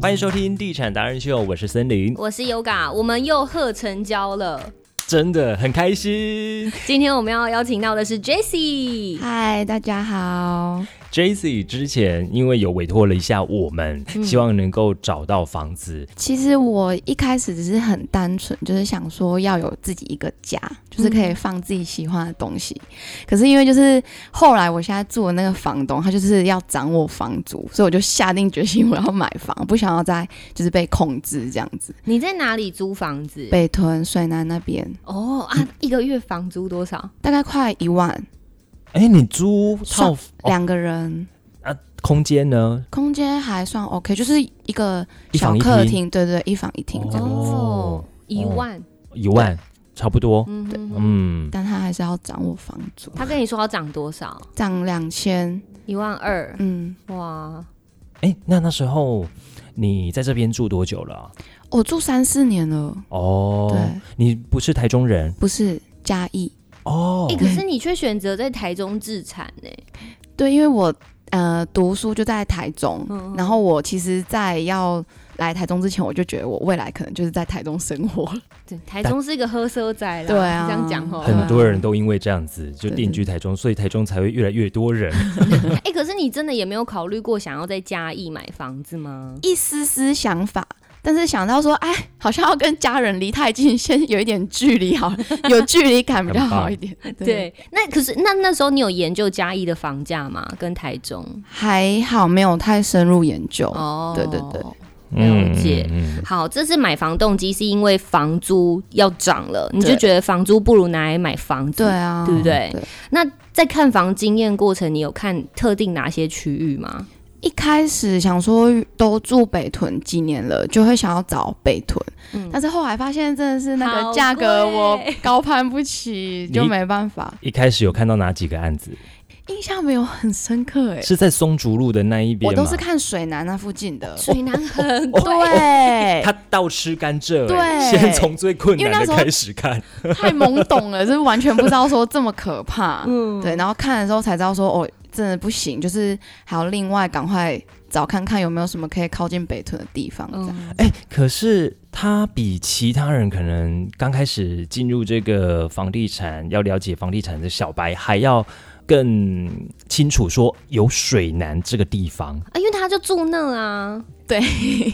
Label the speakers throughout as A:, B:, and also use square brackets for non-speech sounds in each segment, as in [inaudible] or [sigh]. A: 欢迎收听《地产达人秀》，我是森林，
B: 我是 Yoga，我们又贺成交了。
A: 真的很开心。
B: 今天我们要邀请到的是 Jessie，
C: 嗨，大家好。
A: Jazzy 之前因为有委托了一下我们，希望能够找到房子，
C: 其实我一开始只是很单纯，就是想说要有自己一个家，就是可
A: 嗯
C: 以放自己喜欢的东西。可是因为就是后来我现在住的那个房东，他就是要掌握房租，所以我就下定决心我要买房，不想要再就是被控制这样子。
B: 你在哪里租房子？
C: 北屯、水南那边
B: 哦啊，一个月房租多少？
C: 大概快一万，
A: 哎、你租套哦
C: 两个人，
A: 空间呢？
C: 空间还算 OK，就是一个
A: 一
C: 小
A: 房一
C: 客
A: 厅
C: 厅，对对，一房一厅这样。
A: 哦
B: 哦，一万。
A: 一万，差不多。
B: 嗯哼哼，
A: 嗯，
C: 但他还是要掌握房租，
B: 他跟你说要涨多少？
C: 涨两千，
B: 一万二。
C: 嗯。
B: 哇，
A: 哎、那那时候你在这边住多久了啊？
C: 我住三四年了，
A: 哦
C: 对，
A: 你不是台中人
C: 不是嘉义。
A: 哦
B: 哎，可是你却选择在台中自产呢。
C: 对，因为我呃读书就在台中，
B: 嗯
C: 然后我其实，在要来台中之前，我就觉得我未来可能就是在台中生活。
B: 对，台中是一个喝奢宅啦。
C: 对啊
B: 这样讲哦。
A: 很多人都因为这样子就
C: 对对
A: 定居台中，所以台中才会越来越多人。
B: 哎，可是你真的也没有考虑过想要在嘉义买房子吗？
C: 一丝丝想法。但是想到说，哎，好像要跟家人离太近，先有一点距离好了，有距离感比较好一点。对，
B: 对，那可是那那时候你有研究嘉义的房价吗？跟台中？
C: 还好没有太深入研究。
B: 哦
C: 对对对。
B: 了解
A: 嗯嗯
B: 好，这次买房动机是因为房租要涨了，你就
C: 对
B: 觉得房租不如拿来买房子，
C: 对啊，
B: 对不对？
C: 对
B: 那在看房经验过程，你有看特定哪些区域吗？
C: 一开始想说都住北屯几年了，就会想要找北屯，
B: 嗯
C: 但是后来发现真的是那
B: 好
C: 个价格
B: 贵
C: 我高攀不起，
A: 你
C: 就没办法。
A: 一开始有看到哪几个案子？
C: 印象没有很深 [laughs] 刻哎、
A: 是在松竹路的那一边
C: 我
A: 吗？
C: 都是看水南那附近的，
B: 水南很 [laughs] 贵，
C: 哦对，
A: 他倒吃甘蔗、欸，
C: 哎对
A: 先从最困
C: 因为
A: 难
C: 那
A: 的
C: 时候
A: 开始看。
C: [laughs] 太懵懂了，就是完全不知道说这么可怕。
B: 嗯
C: 对，然后看的时候才知道说哦，真的不行，就是还要另外赶快找看看有没有什么可以靠近北屯的地方这样。
B: 嗯，
A: 哎、可是他比其他人可能刚开始进入这个房地产，要了解房地产的小白还要更清楚，说有水南这个地方。
B: 啊，因为他就住那啊，
C: 对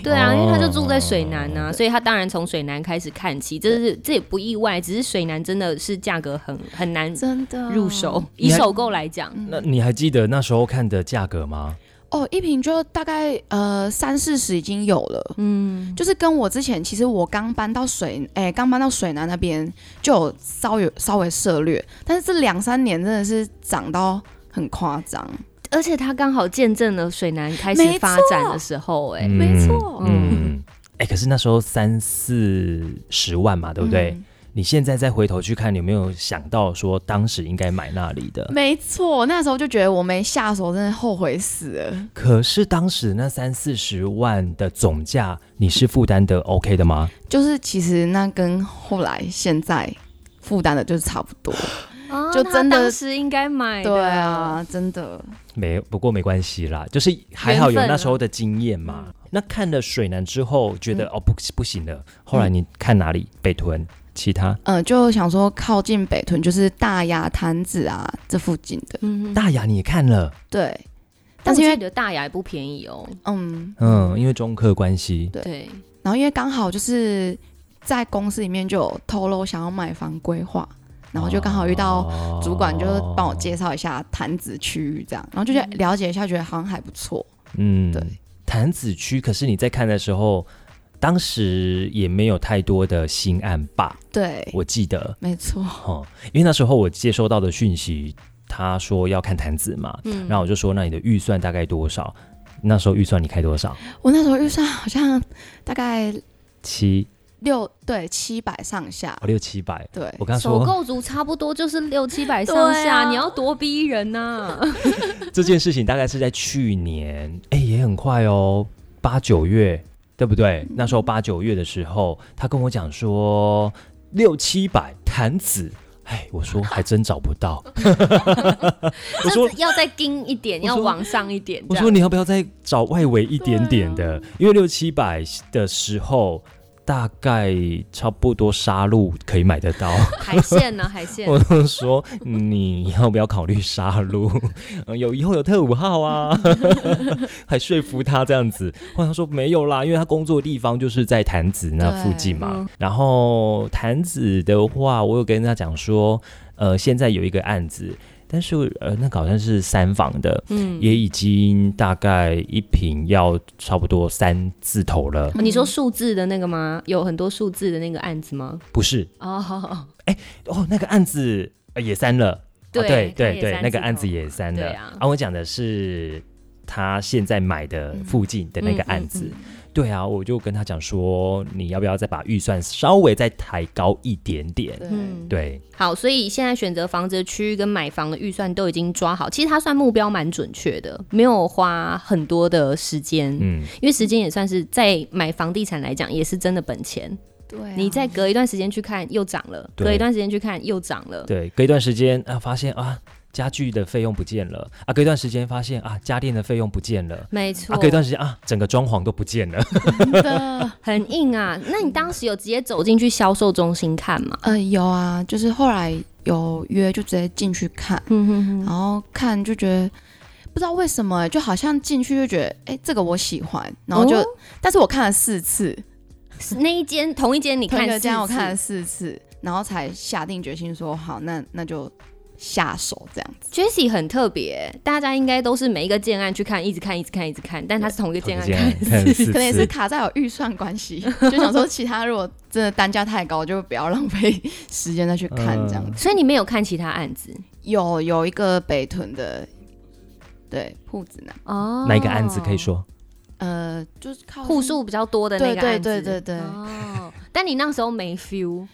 B: 对啊，因为他就
A: 哦
B: 住在水南啊，所以他当然从水南开始看起，这是这也不意外，只是水南真的是价格很很难
C: 真的
B: 入手，以
A: 你还
B: 首购来讲，
A: 那你还记得那时候看的价格吗？
C: 哦，一瓶就大概呃三四十已经有了，
B: 嗯，
C: 就是跟我之前其实我刚搬到水，哎、刚搬到水南那边就有稍微稍微涉略，但是这两三年真的是涨到很夸张，
B: 而且他刚好见证了水南开始
C: 没
B: 发
C: 错
B: 展的时候、哎、
C: 没错
A: 嗯，哎、可是那时候三四十万嘛，对不对？
C: 嗯
A: 你现在再回头去看，你有没有想到说当时应该买那里的？
C: 没错，那时候就觉得我没下手，真的后悔死了。
A: 可是当时那三四十万的总价，你是负担的 OK 的吗？
C: 就是其实那跟后来现在负担的就是差不多，
B: 啊
C: 嗯就
B: 他
C: 真的
B: 当时应该买的，
C: 对，啊，真的。
A: 没，不过没关系啦，就是还好有
B: 缘分啊
A: 那时候的经验嘛。
C: 啊
A: 那看了水南之后，觉得、
C: 嗯
A: 哦不不行了，后来你看哪里？北屯，其他
C: 呃，就想说靠近北屯，就是大雅潭子啊这附近的，
B: 嗯，
A: 大雅你也看了，
C: 对。
B: 但
C: 但
B: 是因
C: 是因
B: 为
C: 为
B: 的大雅也不便宜哦，
C: 嗯，
A: 嗯，因为中科关系，
C: 对
B: 对，
C: 然后因为刚好就是在公司里面就有透露想要买房规划，然后就刚好遇
A: 哦
C: 到主管，就帮我介绍一下潭子区域这样，然后就觉得了解一下，觉得好像还不错。
A: 嗯，
C: 对，
A: 潭子区。可是你在看的时候，当时也没有太多的新案吧？
C: 对，
A: 我记得，
C: 没错，
A: 哦，因为那时候我接收到的讯息，他说要看坛子嘛，
B: 嗯，
A: 然后我就说那你的预算大概多少？那时候预算你开多少？
C: 我那时候预算好像大概
A: 七
C: 六对七百上下
A: 哦，六七百。
C: 对，
A: 我刚
B: 首
A: 说
B: 购族差不多就是六七百
C: 对
B: 上
C: 啊
B: 下，你要多逼人啊呐、
A: 这件事情大概是在去年，哎，也很快哦，八九月，对不对？那时候八九月的时候，他跟我讲说六七百坛子。哎，我说还真找不到。 [laughs] 我说
B: 这要再盯一点，
A: 我
B: 要
A: 说
B: 往上一点。
A: 我
B: 这
A: 说
B: 样
A: 你要不要再找外围一点点的？
B: 啊
A: 因为六七百的时候，大概差不多杀戮可以买得到。
B: 海鲜呢？海鲜
A: 我就说你要不要考虑杀戮？ [laughs] 呃有以后有特五号
B: [laughs]
A: 啊，还说服他这样子。后来他说没有啦，因为他工作的地方就是在潭子那附近嘛。
B: 对嗯
A: 然后潭子的话，我有跟他讲说，呃，现在有一个案子，但是呃，那个好像是三房的，
B: 嗯，
A: 也已经大概一瓶要差不多三字头了，
B: 哦你说数字的那个吗？有很多数字的那个案子吗？
A: 不是
B: 哦，好好好
A: 哦，那个案子、呃、也删了，哦
B: 对
A: 对
B: 他也
A: 对对
B: 删，
A: 那个案
B: 字
A: 子
B: 头
A: 也删
B: 对
A: 了。
B: 啊
A: 我讲的是他现在买的附近的那个案子，
B: 嗯嗯
A: 对啊，我就跟他讲说，你要不要再把预算稍微再抬高一点点？
C: 对，
B: 嗯，
A: 对，
B: 好，所以现在选择房子的区域跟买房的预算都已经抓好，其实他算目标蛮准确的，没有花很多的时间，
A: 嗯，
B: 因为时间也算是在买房地产来讲也是真的本钱。
C: 对啊，
B: 你再
C: [laughs]
B: 隔一段时间去看又涨了，
A: 对
B: 隔一段时间去看又涨了。
A: 对，隔一段时间啊，发现啊，家具的费用不见了啊，隔一段时间发现啊，家电的费用不见了。
B: 没错，
A: 啊，隔一段时间啊，整个装潢都不见了。
C: 真的。
B: 很硬啊。那你当时有直接走进去销售中心看吗？
C: 呃，有啊，就是后来有约就直接进去看，
B: 嗯哼
C: 然后看就觉得不知道为什么、就好像进去就觉得哎、这个我喜欢，然后就、
B: 哦
C: 但是我看了四次，
B: 哼，那一间同一间你
C: 同
B: 看
C: 一个
B: 四次，
C: 家我看了四次，然后才下定决心说好，那那就下手这样子。
B: Jessie 很特别，大家应该都是每一个建案去看，一直看，一直看，一直看，但它是同一个建案
A: 同一
B: 看
A: 个建案看四次
C: 可能也是卡在有预算关系， [laughs] 就想说其他如果真的单价太高，就不要浪费时间再去看这样子。
B: 所以你没有看其他案子
C: 有有一个北屯的，对铺子呢，
B: 哦
A: 哪一个案子可以说？
C: 呃，就是靠
B: 户数比较多的那
C: 对
B: 个案
C: 对
B: 子？
C: 对对对，
B: 哦，但你那时候没 feel，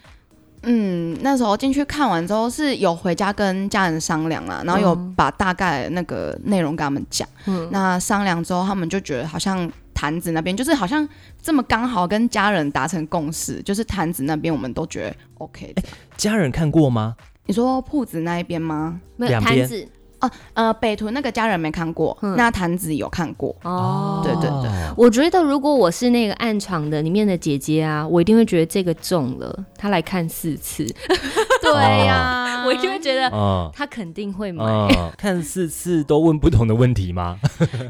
C: 嗯，那时候进去看完之后是有回家跟家人商量啦，然后有把大概那个内容跟他们讲。
B: 嗯，
C: 那商量之后，他们就觉得好像坛子那边就是好像这么刚好跟家人达成共识，就是坛子那边我们都觉得 OK 的。
A: 家人看过吗？
C: 你说铺子那一边吗？
B: 没有
A: 两
B: 摊
A: 边
B: 子
C: 呃，北屯那个家人没看过，
B: 嗯
C: 那坛子有看 [laughs] 过。
B: 哦，
C: 对对对
A: 哦
B: 我觉得如果我是那个暗场的里面的姐姐啊，我一定会觉得这个中了，她来看
A: [laughs]
B: 四次，对呀、
A: 哦
B: 我一定会觉得
A: 嗯，
B: 她肯定会买。
A: 嗯，看四次都问不同的问题
C: [laughs]
A: 吗？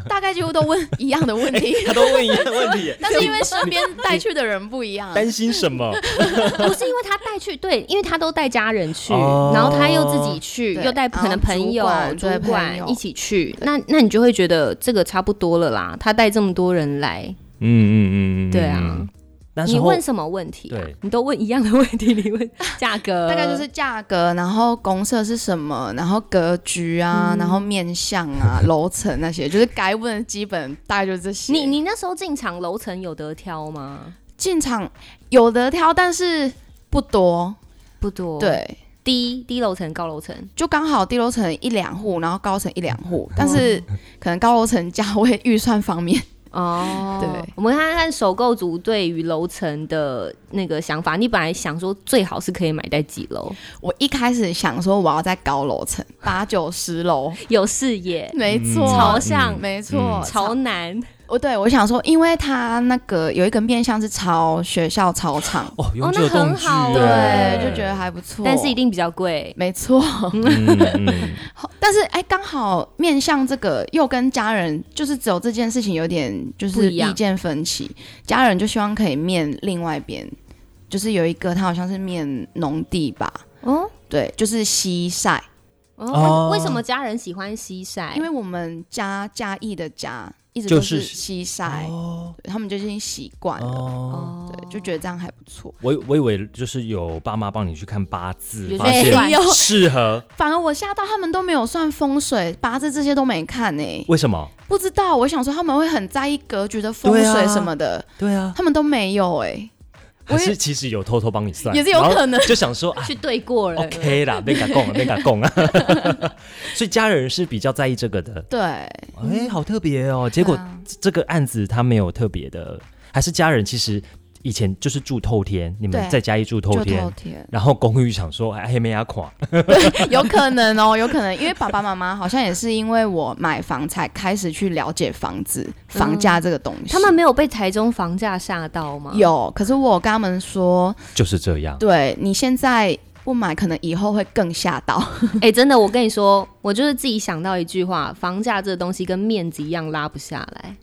C: 大概几乎都问一样的问 [laughs] 题，，
A: 他都问一样的问题
C: [laughs] 但是因为身边带去的人不一样，啊
A: 担心什么？
B: 不是因为她带去，对，因为她都带家人去，
A: 哦
B: 然后她又自己去，
C: 对
B: 又带可能朋友、
C: 然后
B: 主
C: 主管对朋友
B: 管一起去，那那你就会觉得这个差不多了啦。她带这么多人来，
A: 嗯嗯嗯嗯，
B: 对啊。
A: 那时
B: 你
A: 候
B: 问什么问题、啊
A: 对？
B: 你都问一样的问题，你问价格，
C: [laughs] 大概就是价格，然后公社是什么，然后格局啊，然后面相 [laughs] 啊、楼层那些，就是该问的基本大概就是这些。
B: 你你那时候进场楼层有得挑吗？
C: 进场有得挑，但是不多，
B: 不多，。
C: 对，
B: 低低楼层、高楼层，
C: 就刚好低楼层一两户，然后高层一两户，但是可能高楼层价位预算方面， [laughs]
B: 哦
C: 对，
B: 我们看看首购族对于楼层的那个想法。你本来想说最好是可以买在几楼，
C: 我一开始想说我要在高楼层八九十楼，
B: 有视野，
C: 没错，
B: 朝
A: 嗯
B: 向
C: 没错，
B: 朝南，
C: 我对我想说，因为它那个有一个面向是朝学校操场，
A: 哦，永
B: 哦
A: 久
B: 那很
A: 动距
B: 好
A: 耶，
C: 对，
B: 对
C: 就觉得还不错，
B: 但是一定比较贵。
C: 没错。 [laughs]
A: 嗯嗯
C: 但是哎，刚好面向这个又跟家人，就是只有这件事情有点就
B: 不
C: 是
B: 一样
C: 意见分歧，家人就希望可以面另外一边，就是有一个他好像是面农地吧，
B: 哦
C: 对，就是西晒，
B: 哦
A: 哦，
B: 为什么家人喜欢西晒？
C: 因为我们家嘉义的家一直
A: 就
C: 都
A: 是
C: 是西晒，
A: 哦
C: 对他们就已经习惯了，
A: 哦，
B: 哦，
C: 对，就觉得这样还不错。
A: 我以我以为就是有爸妈帮你去看八字，
B: 有
A: 发
B: 些
A: 现
B: 算
C: 没有，
A: 适合，
C: 反而我吓到他们都没有算风水八字这些都没看呢、欸
A: 为什么？
C: 不知道。我想说他们会很在意格局的风
B: 啊
C: 水什么的，
A: 对啊，
C: 他们都没有哎、我
A: 还
C: 也
A: 是其实有偷偷帮你算，
C: 也是有
A: 然后
C: 可能
A: 就想说啊
B: 去对过了。
A: [laughs] ，OK 啦，没敢供，没敢
C: [laughs]
A: 供啊，所以家人是比较在意这个的。
C: 对，
A: 哎、好特别哦！结果
C: 嗯对啊
A: 这这个案子他没有特别的，还是家人其实以前就是住透天，你们
C: 对
A: 在嘉义住透
C: 就
A: 天，
C: 透天，
A: 然后公寓想说哎黑没压垮，
C: 有可能哦， [laughs] 有可能，因为爸爸妈妈好像也是因为我买房才开始去了解房子、房价这个东西。
B: 嗯他们没有啊被台中房价吓到吗？，
C: 有，可是我跟他们说，
A: 就是这样。
C: 对你现在不买，可能以后会更吓
A: [laughs]
C: 到。
B: [laughs] 哎、真的，我跟你说，我就是自己想到一句话，房价这东西跟面子一样拉不下来，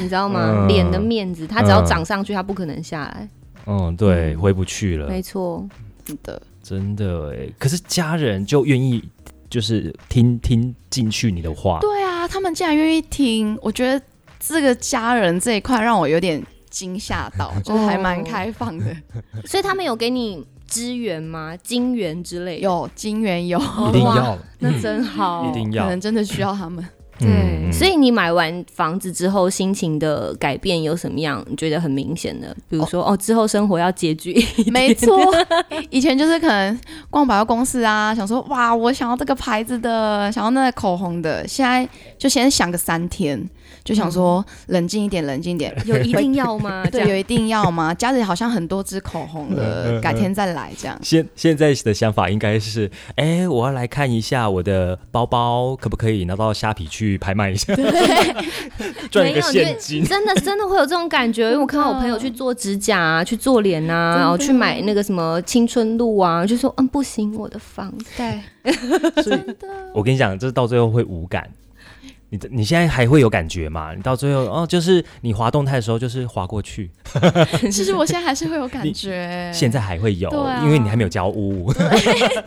B: 你知道吗？
A: 嗯
B: 脸、的面子，它只要
A: 嗯
B: 涨上去，它不可能下来。
A: 嗯，对，回不去了，
B: 没错，
C: 是的，
A: 真的哎。可是家人就愿意就是听听进去你的话，
C: 对啊，他们竟然愿意听，我觉得这个家人这一块让我有点惊吓
A: [laughs]
C: 到，就是还蛮开放
A: 哦
C: 的，
B: 所以他们有给你支援吗？金援之类的？，
C: 有金元有，
A: 一定
B: 哇
A: 要，
B: 那真好，
A: 嗯一定
C: 可
A: 要，
C: 能真的需要
A: [laughs]
C: 他们。
B: 对，所
A: 以
B: 以你买完房子之后，心情的改变有什么样？你觉得很明显的？比如说，哦之后生活要拮据，
C: 没错，以前就是可能逛百货公司啊，想说哇，我想要这个牌子的，想要那个口红的，现在就先想个三天，就想说
A: 嗯
C: 冷静一点，冷静一点。
A: [laughs]
B: 有一定要 [laughs] 吗？这
C: 对，有
B: 样
C: 一定要吗？家里好像很多支口红
A: 嗯
C: 了，改天再来这样。
A: 现现在的想法应该是，哎，我要来看一下我的包包可不可以拿到虾皮去拍卖一下， [laughs] 赚一个
B: 没有因为嗯
A: 现金。
B: [laughs] 真的真的会有这种感觉，因为我看到我朋友去做指甲、啊、去做脸啊，然后去买那个什么青春露啊，就说嗯不行，我的房 [laughs] 贷，
A: 我跟你讲，这到最后会无感。你你现在还会有感觉吗？你到最后哦，就是你滑动态的时候，就是滑过去，
C: [laughs] 其实我现在还是会有感觉，
A: 现在还会有，
C: 对啊
A: 因为你还没有交屋。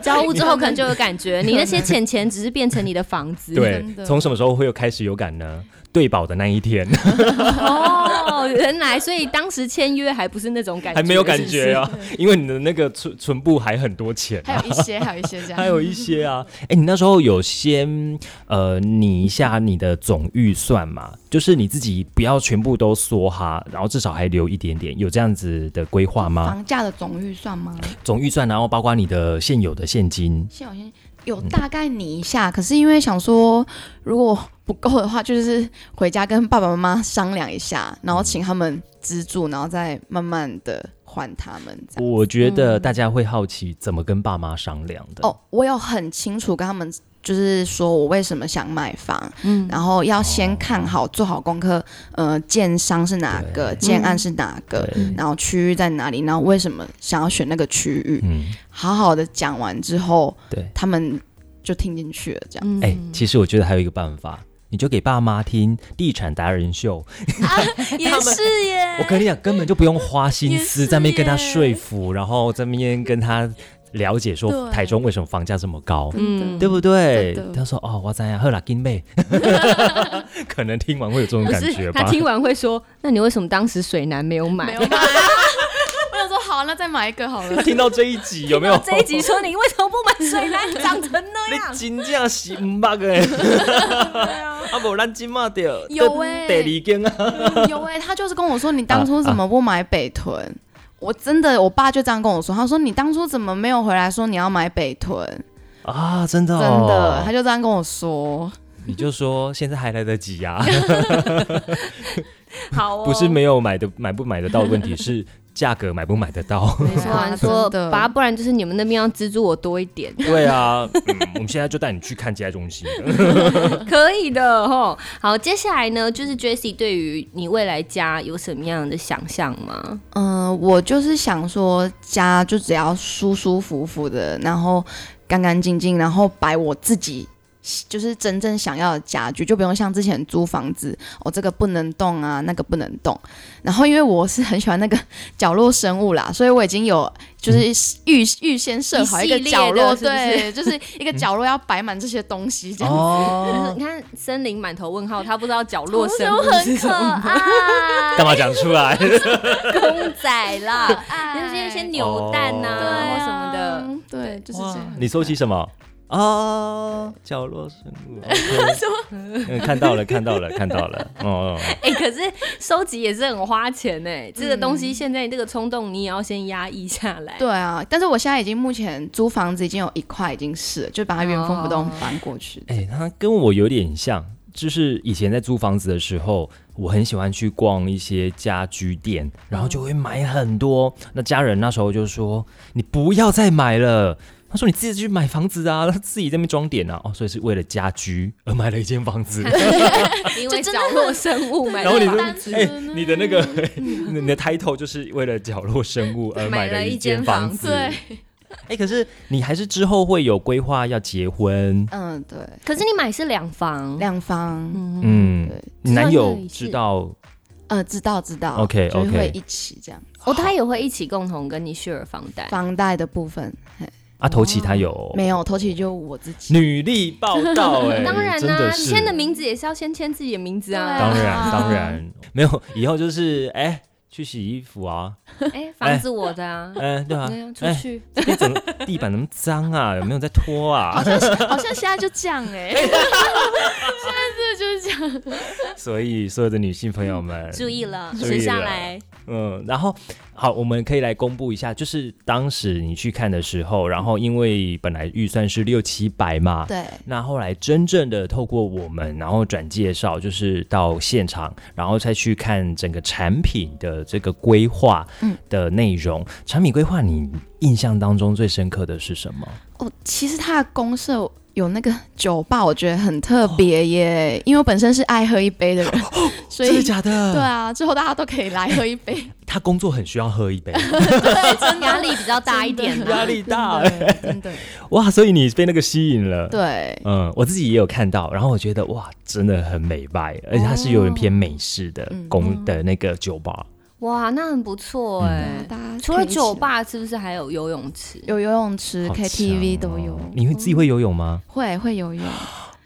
B: 交屋之后可能就有感觉，你那些钱钱只是变成你的房子，
A: 对
C: 真，的
A: 从什么时候会有开始有感呢？对保的那一天，
B: [laughs] 哦，原来所以当时签约还不是那种感觉，
A: 还没有感
B: 是不
A: 觉
B: 是。
A: 啊，因为你的那个存存部还很多钱、
C: 还有一些，还有一些这
A: [laughs] 还
C: 样。
A: 有一些啊，哎、你那时候有先呃拟一下你的总预算嘛？就是你自己不要全部都梭哈，然后至少还留一点点，有这样子的规划吗？
C: 房价的总预算吗？
A: 总预算，然后包括你的现有的现金，
C: 现有先有大概拟一下，可是因为想说，如果不够的话，就是回家跟爸爸妈妈商量一下，然后请他们资助，然后再慢慢的还他们这样。
A: 我觉得大家会好奇怎么跟爸妈商量的。
C: 哦，我有很清楚跟他们就是说我为什么想买房，嗯，然后要先看好做好功课，呃，建商是哪个，建案是哪个，
A: 对
C: 然后区域在哪里，然后为什么想要选那个区域，
A: 嗯，
C: 好好的讲完之后，
A: 对。
C: 他们就听进去了，这样。
A: 哎、其实我觉得还有一个办法，你就给爸妈听地产达人秀。
B: 也是耶，
A: 我跟你讲，根本就不用花心思
B: 也是
A: 在那边跟他
B: 耶
A: 说服，然后在那边跟他了解说
C: 对
A: 台中为什么房价这么高。
B: 嗯
A: 对不对
C: 真？的
A: 他说：“哦，我怎样？赫拉金
B: [laughs]
A: 妹，可能听完会有这种
B: 不
A: 感
B: 是
A: 觉
B: 他
A: 吧？
B: 听完会说，那你为什么当时水男没有买？
C: 买。 [laughs] 我想说好，那再买一个好
A: 他
C: 了。
A: 听到这一集有没有？
B: 这一集说你为什么不买水男长成那样
A: 你？真正是唔捌个，啊无咱今嘛着
C: 有欸
A: 第二间啊，
C: [laughs] 有哎、他就是跟我说，你当初怎么不买北屯？我真的，我爸就这样跟我说，他说你当初怎么没有回来说你要买北屯？
A: 啊，真的、
C: 真
A: 哦，
C: 的，他就这样跟我说。
A: 你就说现在还来得及呀、
B: 好哦
A: 不是没有买的买不买得到的问题，是价格买不买得到。
B: 没错啊，
C: 啊
B: 你说
C: 真的
B: 爸，不然就是你们那边要资助我多一点，
A: 对啊，嗯，我们现在就带你去看接待中心。
B: [laughs] 可以的吼。好，接下来呢，就是 Jessie 对于你未来家有什么样的想象吗？
C: 嗯、我就是想说家就只要舒舒服服的，然后干干净净，然后摆我自己。就是真正想要的家具，就不用像之前租房子，哦，这个不能动啊，那个不能动。然后因为我是很喜欢那个 [laughs] 角落生物啦，所以我已经有就是预、预先设好一个
B: 嗯一系列的
C: 角落，
B: 是不是嗯
C: 对，就是一个角落要摆满这些东西，这
A: [laughs]
C: 样
A: 哦，
B: 你看森林满头问号，他不知道角落
C: 同学
B: 生物是
C: 很
B: 什
C: 可
B: 么
A: 干嘛讲出来？
B: 公仔 [laughs] 啦，
C: 爱
B: 就是一些扭蛋呐、
A: 哦
B: 啊、或什么的。，
C: 嗯对，就是这样。
A: [laughs] 你收集什么？啊，角落生 [laughs] 物。什么？嗯看到了，看到了，看到 [laughs] 了。哦，哦
B: 哎、可是收集也是很花钱哎、这个东西现在这个冲动你也要先压抑下来。
C: 对啊，但是我现在已经目前租
B: 哦
C: 房子已经有一块已经是了，就把它原封不动搬过去。
A: 哎、他跟我有点像。就是以前在租房子的时候，我很喜欢去逛一些家居店，然后就会买很多。那家人那时候就说：“你不要再买了。”他说：“你自己去买房子啊，自己在那边装点啊。”哦，所以是为了家居而买了一间房 [laughs] 子。
B: 因
D: 就
B: 为
D: 真
B: 角
D: 的
B: 落生物 [laughs] 买
A: 然后你
B: 了
A: 就
B: 房子
A: 哎、你的那个你的 title 就是为了角落生物而
B: 买
A: 买
B: 了
A: 了
B: 一间
A: 间
B: 房
A: 房子。
B: 子
D: 对，
A: 哎、可是你还是之后会有规划要结婚，
C: 嗯，对，
B: 可是你买是两房，
C: 两方，
B: 嗯，
A: 嗯，
C: 对，
A: 你男友
B: 知
A: 知道
C: 呃，知道知道
A: OK，
C: 就是
A: OK
C: 会一起这样。
B: 哦，他也会一起共同跟你 share 房贷，
A: 哎
C: 房贷的部分
A: 啊？头期
B: 哦
A: 他有
C: 没有，头期就我自己。
A: 女力报
B: [laughs]
A: 道、哎，
B: 当然
A: 真
B: 啦、
A: 的
B: 你
A: 是，
B: 签的名字也是要先签自己的名字啊。
A: 当然当然没有，以后就是哎、去洗衣服啊，
B: 哎、房子我的啊，
A: 嗯、对吧、
B: 那样出
A: 哎
B: 去，
A: 这边怎么地板那么脏啊？有没有在拖
B: [laughs]
A: 啊？
D: 好像现在就这样
C: 欸
D: 哎、
A: 所以所有的女性朋友们，
B: 注意了，
A: 注意
B: 省下
A: 了
B: 来。
A: [laughs] 嗯，然后好，我们可以来公布一下，就是当时你去看的时候，然后因为本来预算是六七百嘛，
C: 对，
A: 那后来真正的透过我们，然后转介绍，就是到现场，然后再去看整个产品的这个规划
C: 嗯
A: 的内容。产品规划，你印象当中最深刻的是什么？
C: 哦，其实它的公社有那个 [laughs] 酒吧，我觉得很特别耶，因为我本身是爱喝一杯的人，所
A: 真的
C: 以。
A: 假的？
C: 对啊，之后大家都可以来喝一杯，
A: 他工作很需要喝一杯，
B: 压力比较大一点
A: 压
B: 啦。
A: 力
C: [laughs] 真
A: 大
C: 的真的。
A: 哇！所以你被那个吸引了。
C: 对，
A: 嗯，我自己也有看到，然后我觉得哇，真的很美拜，而且它是有点偏美式的
C: 嗯
A: 公、的那个酒吧，
B: 哇，那很不错哎、
C: 大
A: 嗯
C: 家
B: 除了
C: 可以一起
B: 酒
C: 来
B: 吧，是不是还有游泳池？
C: 有游泳池、
A: 好
C: KTV
A: 强
C: 都
A: 哦
C: 有，
A: 你会自己会游泳吗？
C: 会会游泳。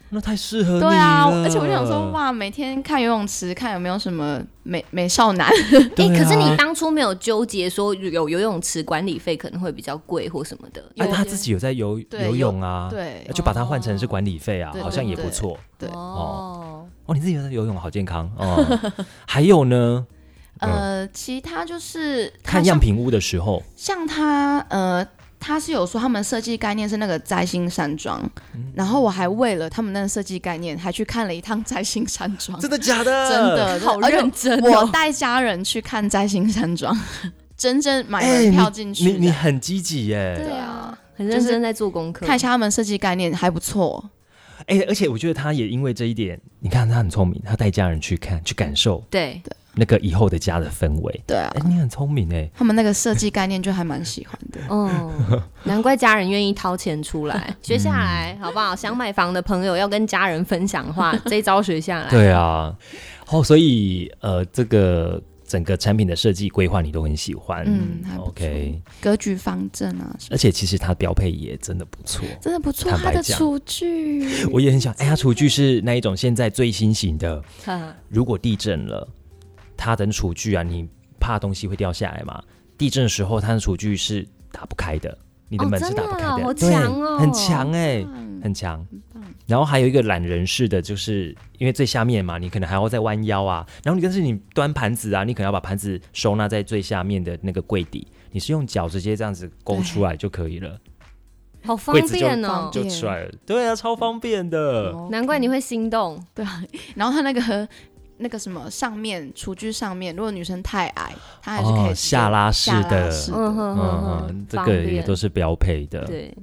A: 那太适合你
C: 对啊，
A: 了
C: 而且我就想说，，哇，每天看游泳池，看有没有什么美美少男。
B: 哎、
A: 对啊
B: 可是你当初没有纠结说有游泳池管理费可能会比较贵或什么的，
A: 啊，
C: 有
A: 他
C: 耶
A: 自己有在游
C: 对
A: 游泳啊，
C: 对
A: 那就把它换成是管理费啊，
C: 对
A: 好像也不错
C: 对
B: 哦，
A: 哦。你自己有在游泳，好健康哦。
C: [laughs]
A: 还有呢，
C: 呃，其他就是
A: 嗯
C: 它
A: 看
C: 像
A: 样品屋的时候，
C: 像他呃，他是有说他们设计概念是那个摘星山庄，
A: 嗯
C: 然后我还为了他们那个设计概念，还去看了一趟摘星山庄，
A: 的假的
C: 真的
B: 好
C: 而且
B: 认真
C: 我
B: 哦。
C: 带家人去看摘星山庄，真正买
A: 哎，
C: 门
A: 你
C: 票进去
A: 你
C: 的
A: 你很积极耶。
B: 对
C: 啊
B: 啊，很认真在做功课。
C: 看一下他们设计概念还不错，
A: 哎，而且我觉得他也因为这一点，你看他很聪明，他带家人去看，去感受
B: 对，
A: 那个以后的家的氛围。
C: 对啊
A: 哎，，你很聪明哎，
C: 他们那个设计概念就还蛮喜欢的。
B: 哦，
A: [laughs]
B: 难怪家人愿意掏钱出
A: 嗯
B: 来学下来，好不好？想买房的朋友要跟家人分享
A: [laughs]
B: 的话，这一招学下来。
A: 对啊，哦，所以呃，这个整个产品的设计规划你都很喜欢，
C: 嗯还不错
A: OK，
C: 格局方正啊，
A: 而且其实它标配也真的不错。
C: 真的不错，
A: 坦白
C: 他的
A: 讲
C: 厨具。
A: 我也很想，哎，它厨具是那一种现在最新型的，
B: 哈，
A: 如果地震了，它的厨具啊，你怕东西会掉下来嘛？地震的时候，它的厨具是打不开的，你的
B: 哦
A: 门是
B: 真
A: 打
B: 的
A: 不开
B: 啊好
A: 对，
B: 强哦
A: 很强哎、
C: 嗯
A: 很强。然后还有一个懒人式的，就是因为最下面嘛，你可能还要再弯腰啊。然后你但是你端盘子啊，你可能要把盘子收纳在最下面的那个柜底，你是用脚直接这样子勾出来就可以了，
B: 好方
A: 柜子
B: 便哦
C: 放，
A: 就出来了。对啊，超方便的。
C: 哦
B: 难怪你会心动。
C: 然后他那个那个什么上面厨具上面，如果女生太矮，她还是可以
A: 哦，
C: 直接
A: 下拉式
C: 下
A: 的，
C: 式
B: 嗯哼哼
A: 嗯
B: 哼
A: 嗯，，这个也都
B: 是
A: 是标配的。
B: 对，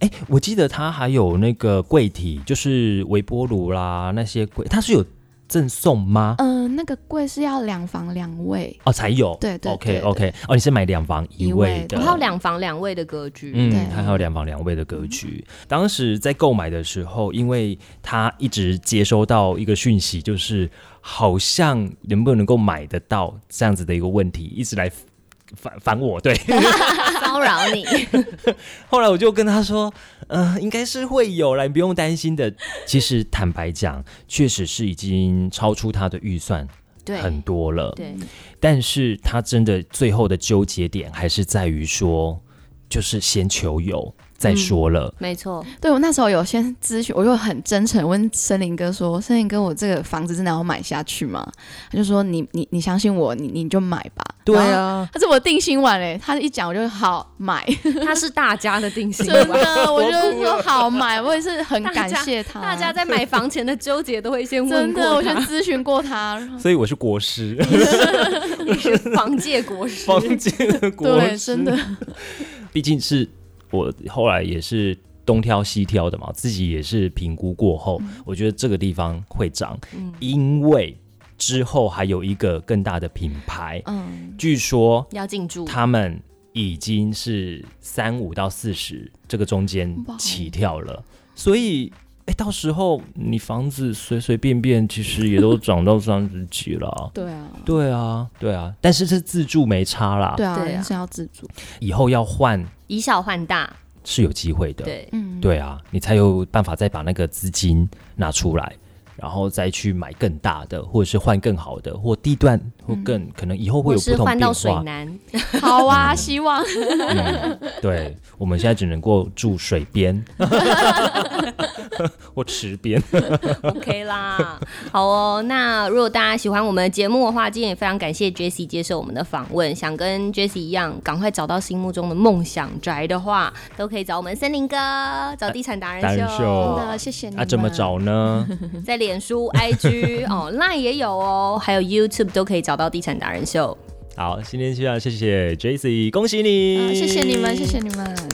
A: 哎、我记得它还有那个柜体，就是微波炉啦那些柜，它是有赠送吗？
C: 嗯、那个柜是要两房两卫，
A: 哦，才有。
C: 对对
A: OK
C: 对
A: OK，哦，你是买两房一卫的，
C: 一
B: 然
C: 卫
B: 后两房两卫的格局，
A: 啊嗯
C: 对，
A: 它还有两房两卫的格局。当时在购买的时候，因为他一直接收到一个讯息，就是好像能不能够买得到这样子的一个问题，一直来烦烦我。对， [laughs]
B: 骚扰你，
A: 后来我就跟他说，嗯、应该是会有啦，你不用担心的。其实坦白讲，确实是已经超出他的预算
B: 对
A: 很多了，
B: 对，
A: 但是他真的最后的纠结点还是在于说，就是先求有，
C: 嗯
A: 再说了。
B: 没错，
C: 对我那时候有先咨询，我就很真诚问森林哥说：“森林哥，我这个房子真的要买下去吗？”他就说：“你你你相信我，你你就买吧。”
A: 对
C: 然后
A: 啊，
C: 他是我定心丸嘞，他一讲我就好
B: [laughs]
C: 买，
B: 它是大家的
A: [laughs]
B: 定心
C: 真
B: 丸。
C: 的，我就说好买，我也是很感谢他。
B: [laughs] 大家在买房前的纠结都会先问
C: 真的，
B: 过
C: 我先
B: 他，
C: 咨询过他，然
B: [laughs]
C: 后 [laughs]
A: 所以我是国师，
B: 你是房界国师，
A: 房间的国
C: 对，
A: 师，
C: 真的，
A: 毕竟是我后来也是东挑西挑的嘛，自己也是评估过后，
C: 嗯
A: 我觉得这个地方会涨，
B: 嗯
A: 因为之后还有一个更大的品牌，
B: [laughs]
C: 嗯，
A: 据说
B: 要进驻。
A: 他们已经是三五到四十这个中间
C: 哇
A: 起跳了，所以。哎，到时候你房子随随便便，其实也都涨到三十几了啊。
C: 对啊，
A: [laughs] 对啊，对啊，但是是自住没差啦。
C: 对啊，
B: 对啊
C: 人是要自主，
A: 以后要换
B: 以小换大，
A: 是有机会的。
B: 对，
C: 嗯，
A: 对啊，你才有办法再把那个资金拿出来，然后再去买更大的，或者是换更好的，或地段或更、可能以后会
B: 或
A: 有
B: 是
A: 不同
B: 换到
A: 变
B: 水
A: 化。
B: 南，
C: 好啊，希望
A: 嗯，对，我们现在只能够住水边或池边。
B: OK 啦，好哦。那如果大家喜欢我们的节目的话，今天也非常感谢 Jessie 接受我们的访问。想跟 Jessie 一样，赶快找到心目中的梦想宅的话，都可以找我们森林哥，找地产达人
A: 达人
B: 秀，
A: 秀
C: 真的谢谢你
A: 啊，怎么
C: 们？
A: 找呢？
B: 在脸书、IG 哦，Line 也有哦，还有 YouTube 都可以找到地产达人秀。
A: 好，今天就要谢谢 J C，恭喜你、
C: 啊谢谢你们，谢谢你们。